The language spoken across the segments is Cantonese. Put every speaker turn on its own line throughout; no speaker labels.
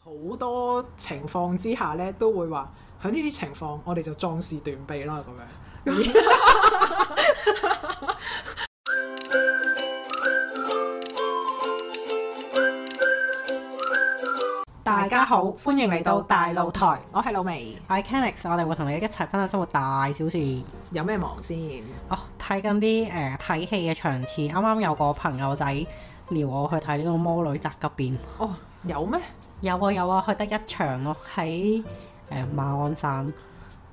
好多情況之下咧，都會話喺呢啲情況，我哋就壯士斷臂啦咁樣。
大家好，歡迎嚟到大露台。
我係老味，
我係 Kenix，我哋會同你一齊分享生活大小事。
有咩忙先？
哦，睇緊啲誒睇戲嘅場次，啱啱有個朋友仔撩我去睇呢個《魔女宅急便》。
哦，有咩？
有啊有啊，去得一場咯，喺誒、呃、馬鞍山，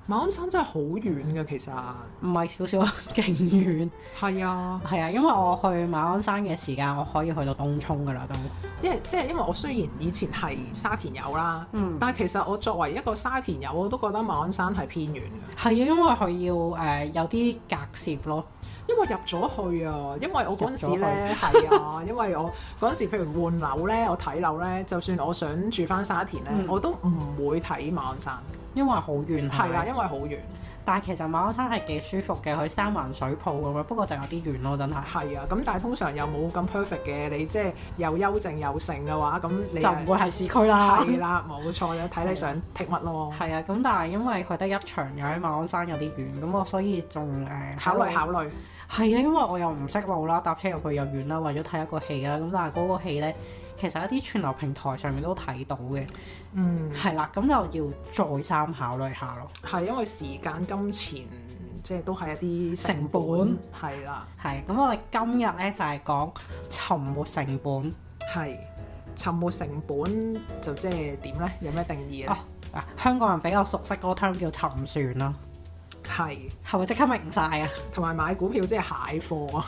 馬鞍山真係好遠嘅，其實
唔係少少勁遠。
係啊，
係啊，因為我去馬鞍山嘅時間，我可以去到東涌噶啦都。
因為即係因為我雖然以前係沙田友啦，
嗯
但係其實我作為一個沙田友，我都覺得馬鞍山係偏遠嘅。
係啊，因為佢要誒、呃有啲隔涉咯。
因為入咗去啊，因為我嗰陣時咧
入
係啊，因為我嗰陣時譬如換樓咧，我睇樓咧，就算我想住翻沙田咧，
嗯
我都唔會睇馬鞍山，
因為好遠
係啦，
咪
因為好遠，
但係其實馬鞍山係幾舒服嘅，佢三環水泡咁樣，不過就有啲遠咯，真係
係啊，咁但係通常又冇咁 perfect 嘅，你即係又幽靜又盛嘅話，咁你
就唔會係市區啦。
係啊啦，冇錯啦，睇你想剔乜咯，
係啊，咁但係因為佢得一場又喺馬鞍山有啲遠，咁我所以仲誒
考慮考慮，
係啊，因為我又唔識路啦，搭車入去又遠啦，為咗睇一個戲啦。咁但係嗰個戲呢，其實一啲串流平台上面都睇到嘅，
嗯，
係啦，咁就要再三考慮下咯。
係因為時間金錢即係都係一啲
成本
係啦，
係，咁我哋今日呢，就係、講沉沒成本。
係沉沒成本就即係點咧？有咩定義
哦
啊？
啊，香港人比較熟悉嗰個 term 叫沉船啦，
係、
係咪即刻明晒啊？
同埋買股票即係蟹貨啊！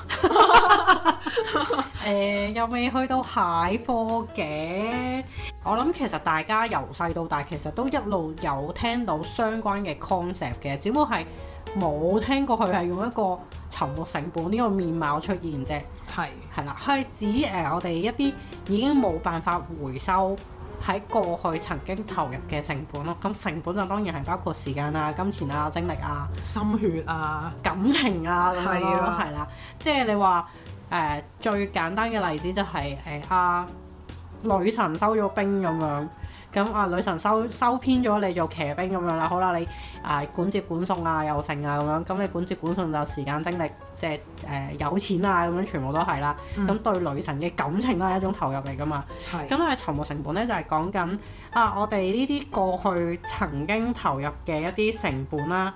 誒、又未去到蟹貨嘅，我諗其實大家由細到大其實都一路有聽到相關嘅 concept 嘅，只不過係冇聽過佢係用一個沉沒成本呢個面貌出現啫。
係
係啦，佢係指誒、我哋一啲已經冇辦法回收喺過去曾經投入嘅成本咯。咁成本就當然係包括時間啊、金錢啊、精力啊。
心血啊，
感情啊咁樣
係
咯
啊，
係啦，即係你話誒、最簡單嘅例子就係誒阿女神收咗兵咁樣，咁啊女神收收編咗你做騎兵咁樣啦，好啦你啊、管接管送啊又剩啊咁樣，咁你管接管送就時間精力即係誒、有錢啊咁樣全部都係啦，咁、
嗯
對女神嘅感情都係一種投入嚟噶嘛。
係
咁啊，沉沒成本咧就係講緊啊，我哋呢啲過去曾經投入嘅一啲成本啦，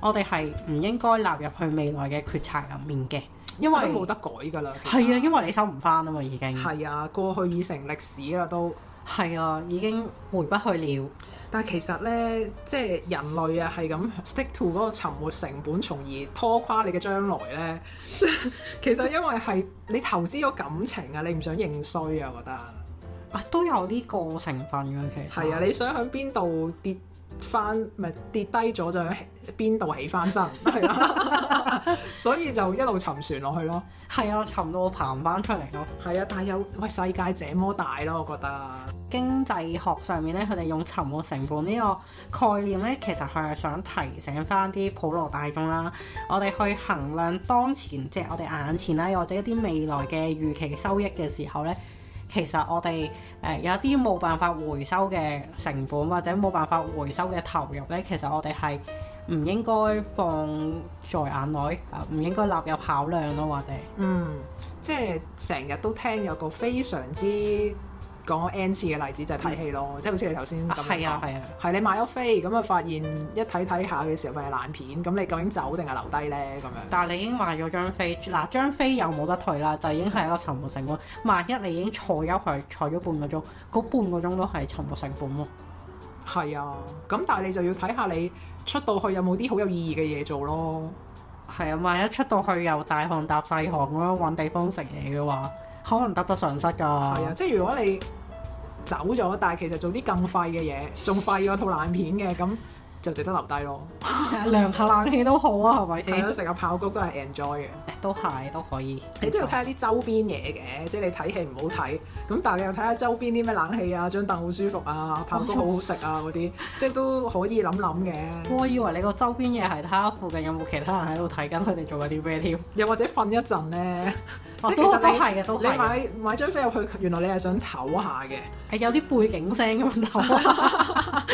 我哋係唔應該納入去未來嘅決策入面嘅，因
因
為
為冇得改㗎啦。其實
係啊，因為你收唔翻啊嘛，已經
係啊，過去已成歷史啦都。
係啊，已經回不去了。
但係其實咧，即係人類啊，係咁 stick to 嗰個沉沒成本，從而拖垮你嘅將來咧。 其實因為係你投資咗感情啊，你唔想認衰啊，我覺得。
啊，都有呢個成分嘅，其實
係啊，你想喺邊度跌翻，咪跌低咗就喺邊度起翻身，係 啦。所以就一路沉船落去咯。
係啊，沉到爬唔翻出嚟咯。
係啊，但係有喂世界這麼大咯，我覺得
經濟學上面咧，佢哋用沉沒成本呢個概念咧，其實佢係想提醒翻啲普羅大眾啦，我哋去衡量當前即係我哋眼前啦，又或者一啲未來嘅預期收益嘅時候咧，其實我哋誒、呃有啲冇辦法回收嘅成本或者冇辦法回收嘅投入咧，其實我哋係唔應該放在眼內啊，唔應該納入考量咯，或者
嗯，即係成日都聽有個非常之講 N 次嘅例子就係睇戲咯，即係好似你頭先咁
啊
樣
係啊
講。
係啊。
係你買咗飛咁啊，發現一睇睇下嘅時候，佢係爛片，咁你究竟走定係留低呢？咁樣
但係你已經買咗張飛，嗱張飛又冇得退啦，就已經係一個沉沒成本。萬一你已經坐咗佢坐咗半個鐘，嗰半個鐘都係沉沒成本喎。
係啊，咁但係你就要睇下你出到去有冇啲好有意義嘅嘢做咯。
係啊，萬一出到去又大汗搭細汗咁樣揾地方食嘢嘅話，可能得不償失㗎。係
係啊，
啊，
即係如果你走咗，但係其實做啲更廢嘅嘢，仲廢過套爛片嘅，咁就值得留低咯。
涼下冷氣都好啊，係咪
係咯，
先？
食下爆谷都係 enjoy 嘅。
都係都可以，
你都要睇下啲周邊嘢嘅，即係你睇戲唔好睇，咁但係你又睇下周邊啲咩冷氣啊，張凳好舒服 啊，爆谷好好食啊嗰啲，即係都可以諗諗 嘅。
我以為你個周邊嘢係睇下附近有冇其他人喺度睇緊佢哋做緊啲咩添。
又或者瞓一陣咧，
哦
即係其
都
實
都係嘅
你
都係嘅
你買買張飛入去，原來你係想唞下嘅，
係有啲背景聲咁樣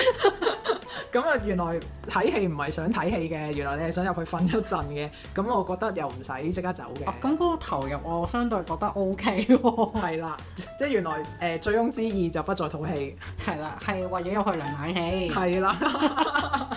咁啊原來睇戲唔係想睇戲嘅，原來你係想入去瞓一陣嘅，咁我覺得又唔使即刻走嘅。
哦，咁嗰個投入我相對覺得 O K 喎。
係啦，即係原來誒、呃醉翁之意就不在肚氣，
係啦，係為咗入去涼冷氣。
係啦，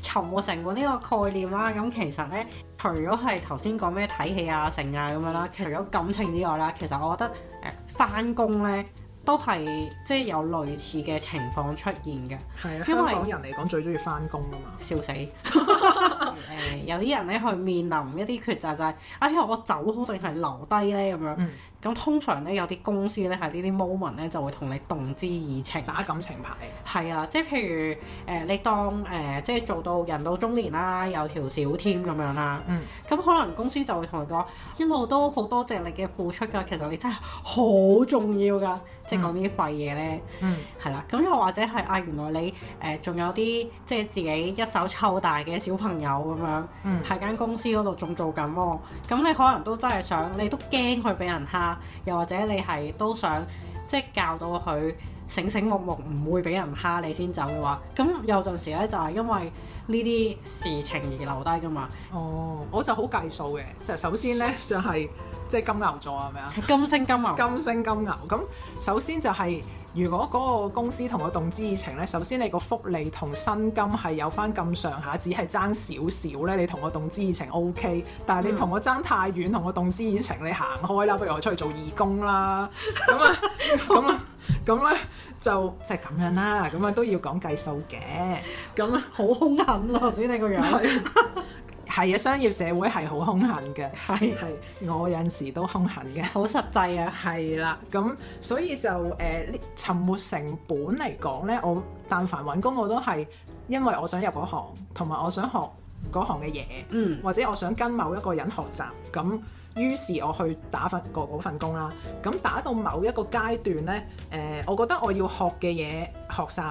沉沒成本呢個概念啦，咁其實呢，除咗係頭先講咩睇戲啊、成啊咁樣啦，除咗感情之外啦，其實我覺得誒翻工呢都係即係有類似嘅情況出現嘅。
係啊，
因
香
為
港人嚟講最中意翻工啊嘛，
笑死！誒、有啲人咧去面臨一啲抉擇，就係、哎呀，我走好定係留低咧咁樣。
嗯，
咁通常咧，有啲公司咧喺呢啲 moment 咧就會同你動之以情。
打感情牌。
係啊，即係譬如誒、你當誒、即係做到人到中年啦，有條小 team 咁樣啦。
嗯。
咁可能公司就會同你講，一路都好多謝你嘅付出㗎，其實你真係好重要㗎。即係講呢啲廢嘢咧。
嗯，
係啦，咁又或者係啊，原來你誒仲、有啲即係自己一手湊大嘅小朋友咁樣，
嗯
喺間、公司嗰度仲做緊喎，咁你可能都真係想，你都驚佢俾人蝦，又或者你係都想即係教到佢醒醒目目，唔會俾人蝦你先走嘅話，咁有陣時咧就係、因為呢啲事情而留低噶嘛，
哦，我就好計數嘅。就首先呢，就係即係金牛座係咪啊？
金星金牛，
金星金牛咁，首先就係、如果嗰個公司同我動之以情呢，首先你個福利同薪金係有翻咁上下，只係爭少少呢。你同我動之以情 O、k 但係你同我爭太遠，同我動之以情，你行開啦，不如我出去做義工 啦，咁啊，咁啊，咁咧就就係咁樣啦，咁啊都要講計數嘅，咁啊
好兇狠咯，頭先你個樣，
係啊，商業社會係好兇狠嘅，
係
係我有陣時都兇狠嘅。
好實際啊，
係啦，咁所以就誒呃呢、沉沒成本嚟講呢，我但凡揾工我都係因為我想入嗰行，同埋我想學嗰行嘅嘢，
嗯
或者我想跟某一個人學習，咁於是我去打份個嗰份工啦。咁打到某一個階段呢，誒、我覺得我要學嘅嘢學晒，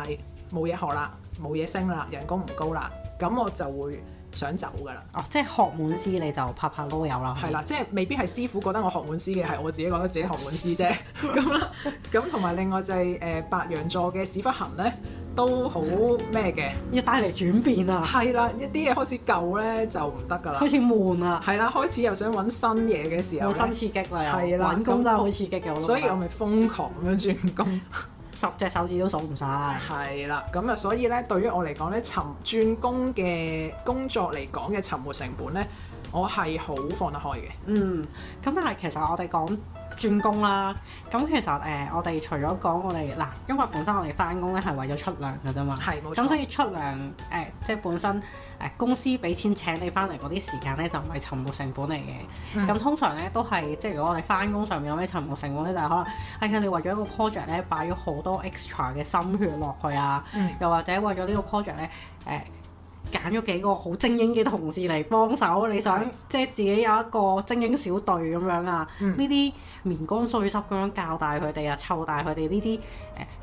冇嘢學啦，冇嘢升啦，人工唔高啦，咁我就會想走噶啦。
哦，即係學滿師你就拍拍籮柚啦，
係啦，即係未必係師傅覺得我學滿師嘅，係我自己覺得自己學滿師啫。 咁啦，咁同埋另外就係、誒、白羊座嘅屎忽痕咧，都好咩嘅。
要帶嚟轉變啊，
係啦，一啲嘢開始舊咧就唔得㗎啦
開。始悶啦，
係啦，開始又想揾新嘢嘅時候
冇
呢
新刺激啦，
啊係
又
啦
揾工真係好刺激嘅，
所以我
我
咪瘋狂咁樣轉工。
十隻手指都數唔晒。
係啦，咁啊，所以咧，對於我嚟講咧，沉轉工嘅工作嚟講嘅沉沒成本咧，我係好放得開嘅。
嗯，咁但係其實我哋講轉工啦，咁其實誒、呃我哋除咗講我哋嗱，因為本身我哋翻工咧係為咗出糧㗎啫嘛，
係冇錯
咁所以出糧誒、呃即係本身誒、呃公司俾錢請你翻嚟嗰啲時間咧就唔係沉沒成本嚟
嗯
嘅，咁、通常咧都係即係如果我哋翻工上面有咩沉沒成本咧，就係、可能係佢哋為咗一個 project 咧擺咗好多 extra 嘅心血落去啊，
嗯
又或者為咗呢個 project 咧誒。呃揀咗幾個好精英嘅同事嚟幫手，你想即係自己有一個精英小隊咁樣啊？呢啲棉乾碎濕咁樣教大佢哋啊，湊大佢哋呢啲誒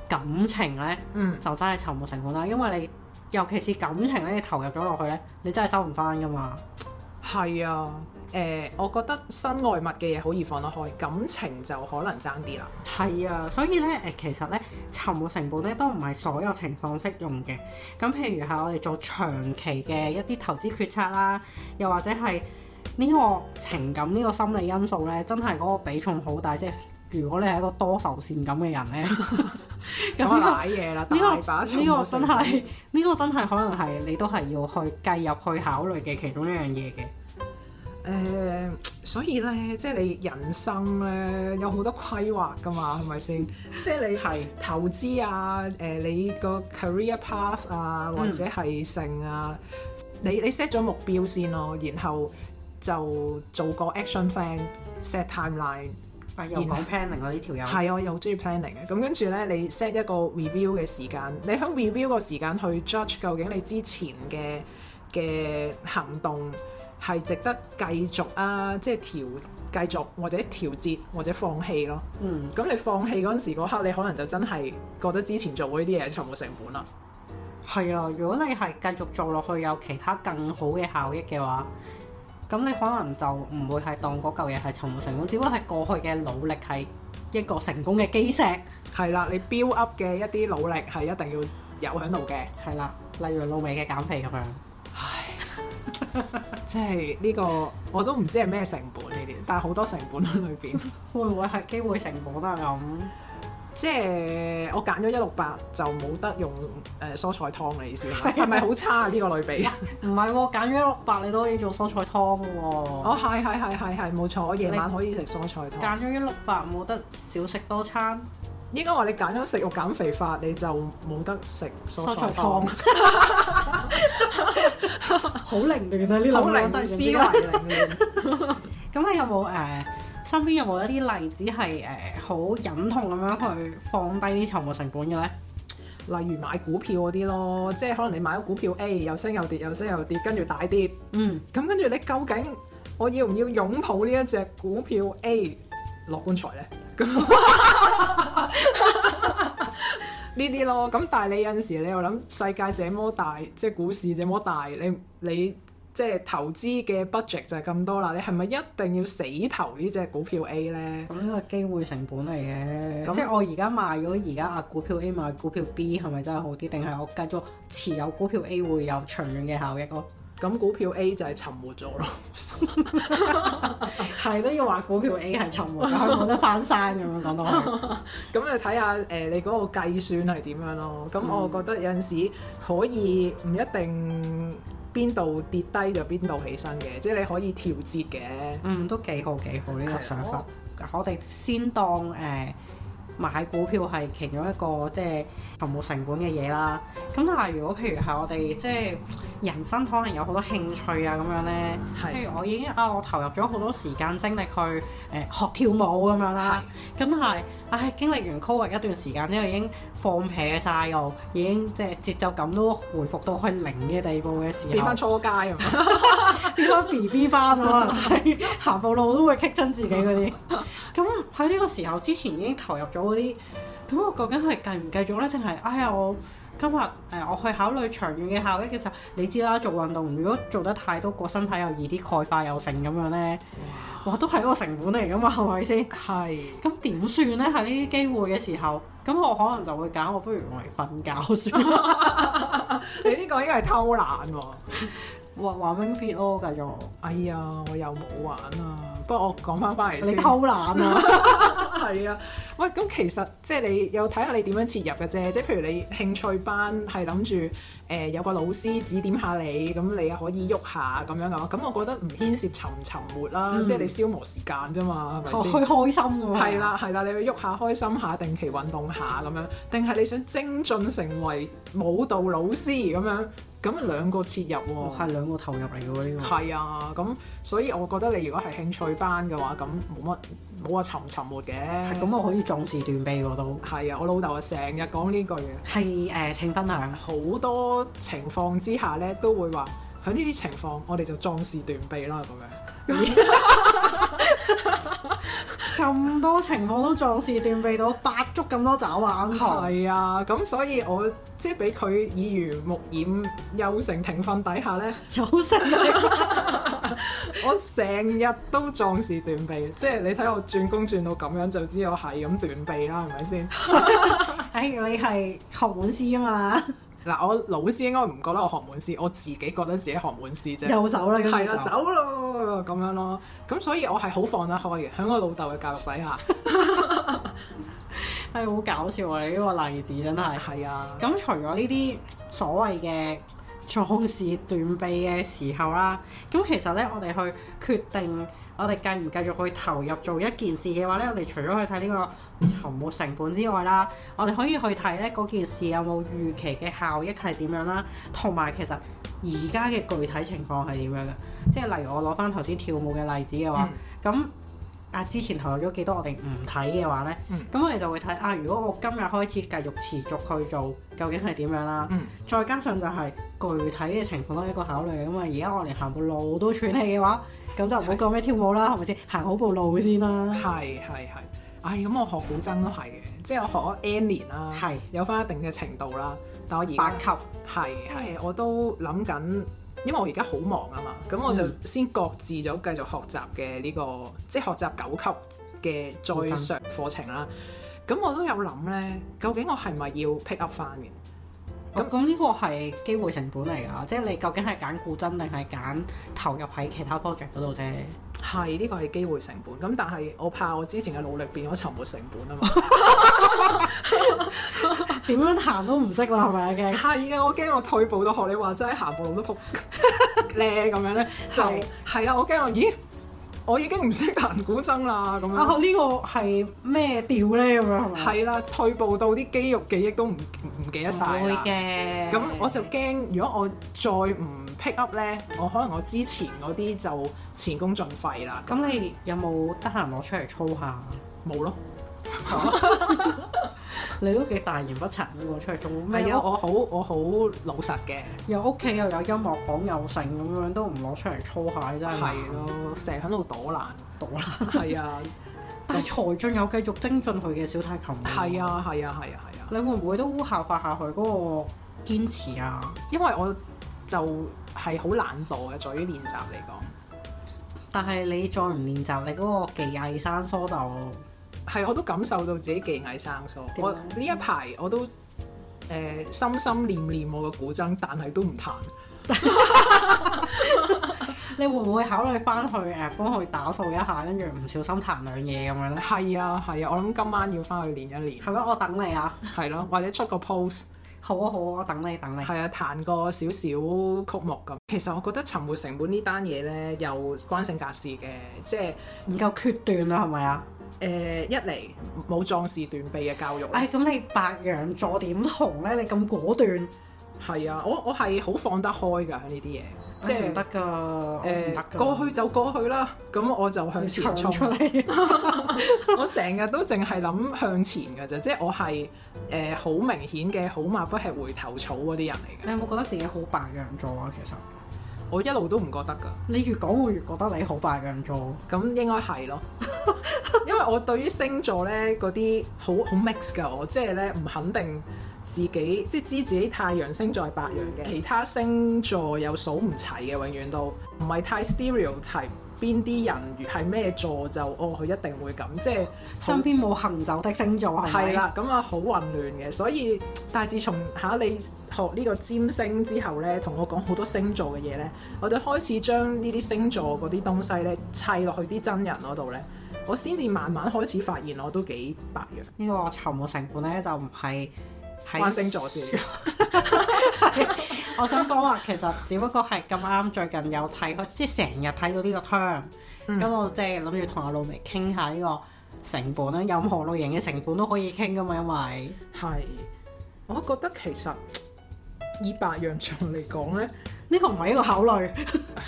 感情呢，
嗯，
就真係沉沒成本啦。因為你尤其是感情呢，你投入咗落去呢，你真係收唔翻噶嘛。
係啊，誒、我覺得身外物嘅嘢好易放得開，感情就可能爭啲啦。
係啊，所以呢，誒，其實呢，沉沒成本呢都唔係所有情況適用嘅。咁譬如係我哋做長期嘅一啲投資決策啦，又或者係呢個情感呢個心理因素呢，真係嗰個比重好大。即係如果你係一個多愁善感嘅人呢，
咁
呢個
啊，賴嘢啦，大
呢、
把
個
重
呢個
冇成
真係呢個真係可能係你都係要去計入去考慮嘅其中一樣嘢嘅。
誒，所以咧，即係你人生咧有好多規劃噶嘛，係咪先？即係你係投資啊，誒、你個 career path 啊，或者係性啊，你你 set 咗目標先咯，然後就做個 action plan，set timeline。
啊又講 planning 啦呢條友，
係，啊我又好中意 planning 嘅。咁跟住咧，你 set 一個 review 嘅時間，你喺 review 個時間去 judge 究竟你之前嘅嘅行動係值得繼續啊，即係調繼續或者調節或者放棄咯。
嗯，
咁你放棄嗰陣時嗰刻，你可能就真係覺得之前做嗰啲嘢全冇成本啦。
係啊，如果你係繼續做落去有其他更好嘅效益嘅話，咁你可能就唔會係當嗰嚿嘢係尋獲成功，只不過係過去嘅努力係一個成功嘅基石，係
係啦，你 build up 嘅一啲努力係一定要有喺度嘅。
啦，例如老味嘅減肥咁樣。
唉，即係呢個我都唔知係咩成本呢啲，但係好多成本喺裏邊。
會唔會係機會成本啊？咁
即係我揀咗一六八就冇得用誒、呃蔬菜湯嘅意思係咪係咪好差啊呢個類比？
唔係喎，揀咗六百你都可以做蔬菜湯嘅 喎。
哦，係係係係係冇錯，我夜晚可以食蔬菜湯。
揀咗一六百冇得少食多餐，
應該話你揀咗食肉減肥法，你就冇得食蔬菜 湯。
好凌亂啊！呢
好
兩
零思啊
個
維
思維。
嚟嘅，
咁你有冇誒、呃身邊有冇一啲例子係誒好忍痛咁樣去放低啲沉沒成本嘅咧？
例如買股票嗰啲咯，即係可能你買咗股票 A 又升又跌，又升又跌，跟住大跌。
嗯，
咁跟住你究竟我要唔要擁抱呢一隻股票 A 落棺材咧？咁呢啲咯，咁但係你有陣時你又諗世界這麼大，即係股市這麼大，你你即係投資嘅 budget 就係咁多啦，你係咪一定要死投呢只股票 A 咧？
咁呢個機會成本嚟嘅，
咁
即係我而家賣咗而家啊股票 A 賣股票 B 係咪真係好啲？定係我繼續持有股票 A 會有長遠嘅效益咯？
咁股票 A 就係沉沒咗咯。
係都要話股票 A 係沉沒嘅，佢冇得翻山咁樣講到係。
咁你睇下誒、呃你嗰個計算係點樣咯？咁我覺得有陣時可以唔一定邊度跌低就邊度起身嘅，即係你可以調節嘅。
嗯，都幾好幾好呢
係
個
啊
想法。我哋先當誒、呃、買股票係其中一個即係沉冇成本嘅嘢啦。咁但係如果譬如係我哋即係人生可能有好多興趣啊咁樣咧，
係
譬如我已經啊我投入咗好多時間精力去誒、呃、學跳舞咁樣啦。咁但係唉經歷完 Covid 一段時間之後已經放撇晒又已經即係節奏感都回復到去零嘅地步嘅時候，
變翻初階咁，啊
變翻 B B 班可能係 行步路都會棘親自己嗰啲。咁喺呢個時候之前已經投入咗嗰啲，咁我究竟係繼唔繼續呢？定係哎呀我今日誒、呃我去考慮長遠嘅效益嘅時候，你知啦，做運動如果做得太多，個身體又易啲鈣化又成咁樣呢，哇都係一個成本嚟噶嘛，係咪先？
係
咁點算呢？喺呢啲機會嘅時候，咁我可能就會揀我不如用嚟瞓覺算啦，
你呢個應該係偷懶喎。
玩玩 wing fit 咯，繼續。
哎呀，我又冇玩啊！不過我講翻翻嚟
你
先，
偷懶啊！
係啊。喂，咁其實即係你又睇下你點樣切入嘅啫。即係譬如你興趣班係諗住誒有個老師指點下你，咁你又可以喐下咁樣嘅話，咁我覺得唔牽涉沉唔沉沒啦，
嗯
即係你消磨時間啫嘛，係咪
我
先
去？開心㗎嘛
係，啦，係啦，你去喐下、開心下、定期運動下咁樣，定係你想精進成為舞蹈老師咁樣，咁兩個切入
我
喎。
哦係兩個投入嚟嘅喎呢
係啊，咁所以我覺得你如果係興趣班嘅話，咁冇乜冇話沉唔沉沒嘅。
個，係咁我可以壯士斷臂喎都。
係啊，我老豆啊成日講呢句嘅，
係誒、呃請分享。
好多情況之下咧都會話喺呢啲情況，我哋就壯士斷臂啦咁樣。
咁多情況都壯士斷臂到，八足咁多爪啊！啱頭
係啊，咁所以我即係俾佢耳濡目染、幼承庭訓底下咧，
有食力。
我成日都壯士斷臂，即係你睇我轉工轉到咁樣，就知我係咁斷臂啦，係咪先？
哎，你係學滿師 啊嘛，
嗱，我老師應該唔覺得我學滿師，我自己覺得自己學滿師啫。
又走啦咁就。
係啦，啊走咯咁樣咯，咁所以我係好放得開嘅，喺我老豆嘅教育底下，
係好搞笑啊！你呢個例子真係。
係啊，
咁除咗呢啲所謂嘅壯士斷臂嘅時候啦，咁其實呢，我哋去決定我哋繼唔繼續去投入做一件事嘅話呢，我哋除咗去睇呢個沉沒成本之外啦，我哋可以去睇呢嗰件事有冇預期嘅效益係點樣啦，同埋其實而家
嗯
嘅具體情況係點樣嘅，即係例如我攞翻頭先跳舞嘅例子嘅話，咁、啊之前投入咗幾多我哋唔睇嘅話呢，
嗯
咁、我哋就會睇啊，如果我今日開始繼續持續去做，究竟係點樣啦？
嗯
再加上就係具體嘅情況都係一個考慮嘅嘛。而家我連行步路都喘氣嘅話，咁就唔好講咩跳舞啦，係咪先？行好步路先啦。
係啊係係，唉，咁我學古箏都係嘅，即係我學咗 N 年啦，
係
有翻一定嘅程度啦。但我而
八
家
級
係係，我都諗緊，因為我而家好忙啊嘛，咁我就先擱置咗繼續學習嘅呢個，即係學習九級嘅再上課程啦。咁我都有諗呢，究竟我係咪要 pick up 翻嘅？
咁咁呢個係機會成本嚟㗎，即係你究竟係揀固真定係揀投入喺其他 project 嗰度啫。
係呢個係機會成本，咁但係我怕我之前嘅努力變咗沉沒成本啊嘛。
點樣行都唔識啦，係 咪嘅？
係啊，我驚我退步到學你話齋行步路都仆咧咁樣咧，就
係
係啦。我驚我咦，我已經唔識彈古箏啦咁
啊，
樣。
呢個係咩調咧？咁樣係咪？
係啦，退步到啲肌肉記憶都唔唔唔記得晒
唔
啦。
會嘅。
咁我就驚，如果我再唔 pick up 咧，我可能我之前嗰啲就前功盡廢啦。咁
咁你有冇得閒攞出嚟操下？
冇咯，
你都幾大言不慚嘅喎，出嚟做咩？
係啊，我好我好老實嘅，
又屋企又有音樂房又剩咁樣，都唔攞出嚟操下，真係
係啊咯，成日喺度躲懶，
到啦。
係啊，
但係才俊有繼續精進佢嘅小提琴喎。
係啊，係啊，係啊，係啊。
你會唔會都效法下佢嗰個堅持啊？
因為我就係好懶惰嘅，在於練習嚟講，
但係你再唔練習，你嗰個技藝生疏就
係我都感受到自己技藝生疏。
點
我
啊
呢一排我都誒、呃心心念念我嘅古箏，但係都唔彈。
你會唔會考慮翻去誒幫佢打掃一下，跟住唔小心彈兩嘢咁樣咧？
係啊係啊，我諗今晚要翻去練一練，
係咪？我等你啊！
係咯、或者出個 pose，
好啊好啊，我等你等你。
係啊，彈個少少曲目咁。其實我覺得沉沒成本呢單嘢呢，又關性格事嘅，即係誒、
唔夠決斷啦，係咪啊？
呃一嚟冇壯士斷臂嘅教育啦。
唉，咁你白羊座點同咧？你咁果斷，
係啊，我我係好放得開㗎喺呢啲嘢，即
即係
係
唔。得㗎，我唔
誒
得㗎。
過去就過去啦，咁我就向
你
前
唱
衝。
出嚟，
我成日都淨係諗向前嘅啫，即係我係誒好明顯嘅好馬不吃回頭草嗰啲人嚟嘅。
你有冇覺得自己好白羊座啊？其實
我一路都唔覺得㗎，
你越講我越覺得你好白羊座。
咁應該係咯。 因為我對於星座咧嗰啲好好 mix 㗎，我即係咧唔肯定自己，即係知自己太陽星座係白羊嘅，其他星座又數唔齊嘅，永遠都唔係太 stereotype 邊啲人係咩座就哦佢一定會咁，即係好
身邊冇行走的星座係咪？
係，啦，咁啊好混亂嘅，所以但係自從嚇、你學呢個占星之後咧，同我講好多星座嘅嘢咧，我就開始將呢啲星座嗰啲東西咧砌落去啲真人嗰度咧，我先至慢慢開始發現我都幾白羊，
呢個沉沒成本咧就唔係
關
喺
星座 事。
我想講話，其實只不過係咁啱最近有睇開，即係成日睇到呢個 term，咁、
嗯
我即係諗住同阿露薇傾下呢個成本啦。任何類型嘅成本都可以傾噶嘛，因為
係，我覺得其實以白羊座嚟講咧，
呢個唔係一個考慮。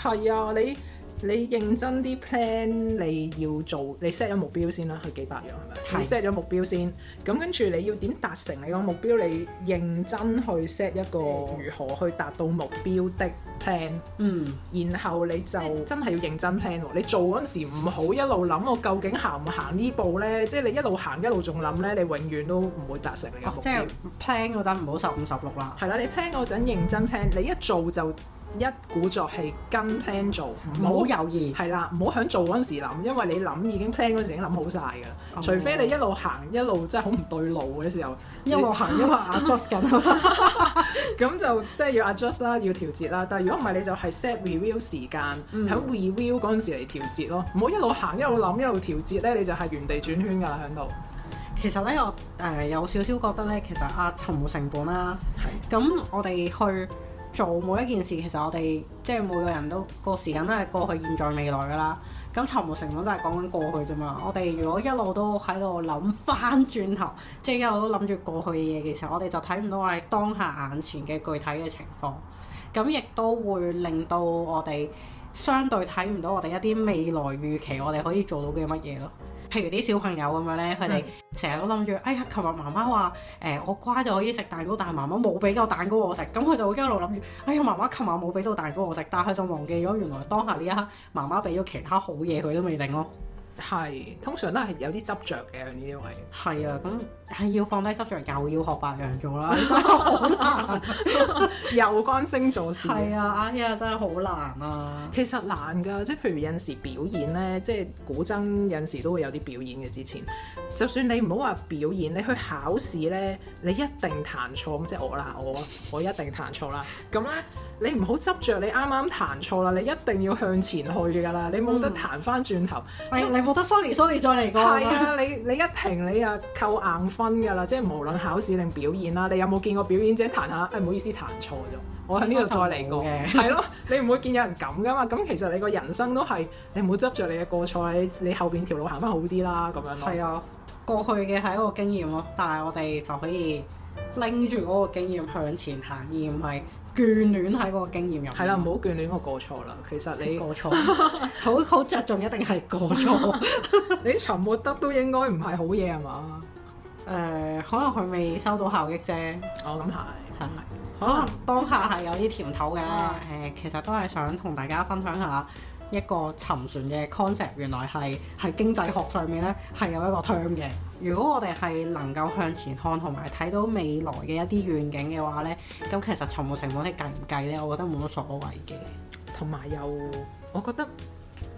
係啊，你你認真啲 plan，你要做，你 set 咗目標先啦，去幾百樣係咪？你
係
set 咗目標先，咁跟住你要點達成你個目標？你認真去 set 一個
即
如何去達到目標的 plan，
嗯，
然後你就
即
真係要認真 plan 喎。你做嗰陣時唔好一路諗我究竟行唔行呢步呢？即係你一路行一路仲諗呢，你永遠都唔會達成你嘅
哦
目
即係
標。
plan 嗰陣唔好十五十六啦。
係啦，你 plan 嗰陣認真 plan，你一做就一鼓作氣跟 plan 做，唔
唔
好
好猶豫，
係啦，唔好喺做嗰陣時諗，因為你諗已經 plan 嗰陣時已經諗好晒㗎啦。
哦
除非你一路行一路真係好唔對路嘅時候，
一路行一路 adjust 緊。啊
咁就即係要 adjust 啦，要調節啦。但係如果唔係，你就係 set review 時間，
嗯
喺 review 嗰陣時嚟調節咯。唔好一路行一路諗一路調節咧，你就係原地轉圈㗎啦，喺度。
其實咧，我誒、有少少覺得咧，其實啊，沉沒成本啦。
係
咁我哋去做每一件事，其實我哋即係每個人都個時間都係過去、現在、未來噶啦。咁沉沒成本都係講緊過去啫嘛。我哋如果一路都喺度諗翻轉頭，即係一路都諗住過去嘅嘢嘅時候，我哋就睇唔到我哋當下眼前嘅具體嘅情況。咁亦都會令到我哋相對睇唔到我哋一啲未來預期，我哋可以做到嘅乜嘢咯。譬如啲小朋友咁樣咧，佢哋成日都諗住，哎呀，琴日媽媽話誒、我乖就可以食蛋糕，但係媽媽冇俾夠蛋糕我食，咁佢就會一路諗住，哎呀媽媽琴晚冇俾到蛋糕我食，但係佢就忘記咗原來當下呢一刻媽媽俾咗其他好嘢佢都未定咯。
係通常都係有啲執着嘅呢啲位。
係啊，咁係要放低執着，又要學白羊做啦，真係好難。啊
又關星座事。
係啊，哎呀，真係好難啊！
其實難㗎，即係譬如有陣時表演咧，即係古箏有陣時都會有啲表演嘅。之前就算你唔好話表演，你去考試咧，你一定彈錯咁，即係我啦，我我一定彈錯啦。咁咧，你唔好執着你啱啱彈錯啦，你一定要向前去㗎啦，你冇得彈翻轉頭。
喂，哎你冇得 sorry sorry 再嚟過
係
咁樣
啊，你你一停你啊扣硬分㗎啦，即係無論考試定表演啦，你有冇見過表演者彈下？誒、哎唔好意思，彈錯咗，我喺呢度再嚟過，
應該
係咯，你唔會見有人咁㗎嘛？咁其實你個人生都係你唔好執着你嘅過錯，你你後邊條路行翻好啲啦，咁樣咯。
係啊，過去嘅係一個經驗咯，但係我哋就可以拎住嗰個經驗向前行，而唔係眷戀喺嗰個經驗入面。
係啦，唔好眷戀個過錯啦。其實 你
過錯， 好好着重一定係過錯。誒、
你沉沒得都應該唔係好嘢係嘛？
可能佢未收到效益啫，
哦，咁係，
係
係
可能當下係有啲甜頭嘅。誒、
啊
其實都係想同大家分享下。一個沉船嘅 concept 原來係喺經濟學上面咧係有一個 term 嘅。如果我哋係能夠向前看同埋睇到未來嘅一啲願景嘅話咧，咁其實沉沒成本你計唔計咧？我覺得冇乜所謂嘅。
同埋又，我覺得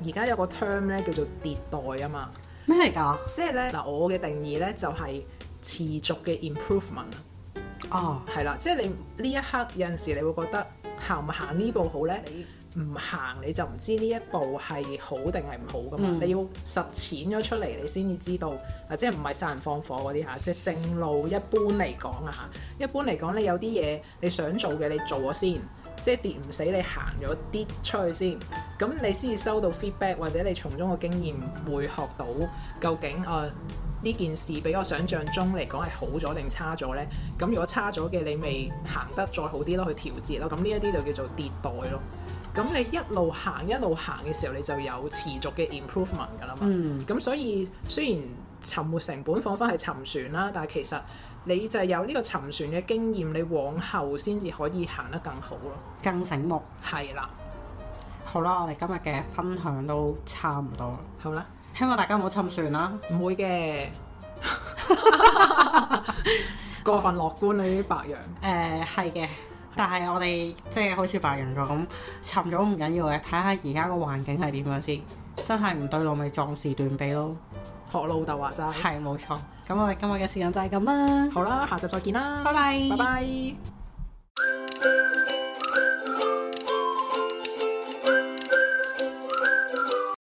而家有個 term 咧叫做迭代啊嘛。
咩嚟㗎？
即係咧嗱，我嘅定義咧就係、持續嘅 improvement 啊
哦，
係啦，即係你呢一刻有陣時你會覺得行唔行呢步好咧？你唔行你就唔知呢一步係好定係唔好噶嘛，
嗯
你要實踐咗出嚟你先至知道，啊即係唔係殺人放火嗰啲嚇，即係正路一般嚟講啊嚇，一般嚟講你有啲嘢你想做嘅你做咗先。即係跌唔死，你行咗啲出去先，咁你先至收到 feedback，或者你從中嘅經驗會學到究竟呃誒呢、件事比我想象中嚟講係好咗定差咗呢？咁如果差咗嘅，你咪行得再好啲咯，去調節咯。咁呢一啲就叫做迭代咯。咁你一路行一路行嘅時候，你就有持續嘅 improvement 㗎啦嘛。
嗯。
咁所以雖然沉沒成本彷彿係沉船啦，但係其實你就係有呢個沉船嘅經驗，你往後先至可以行得更好咯。
更醒目。
係啦，
好啦，我哋今日嘅分享都差唔多啦，
好啦，
希望大家唔好沉船啦。
唔會 嘅，過分樂觀你啲白羊，
誒係嘅，但係我哋即係好似白羊座咁沉咗唔緊要嘅，睇下而家個環境係點樣先。真係唔對路咪壯士斷臂咯，
學老豆話齋。
係冇錯。咁我哋今日嘅時間就係咁啦，
好啦，下集再見啦，
拜拜
拜拜。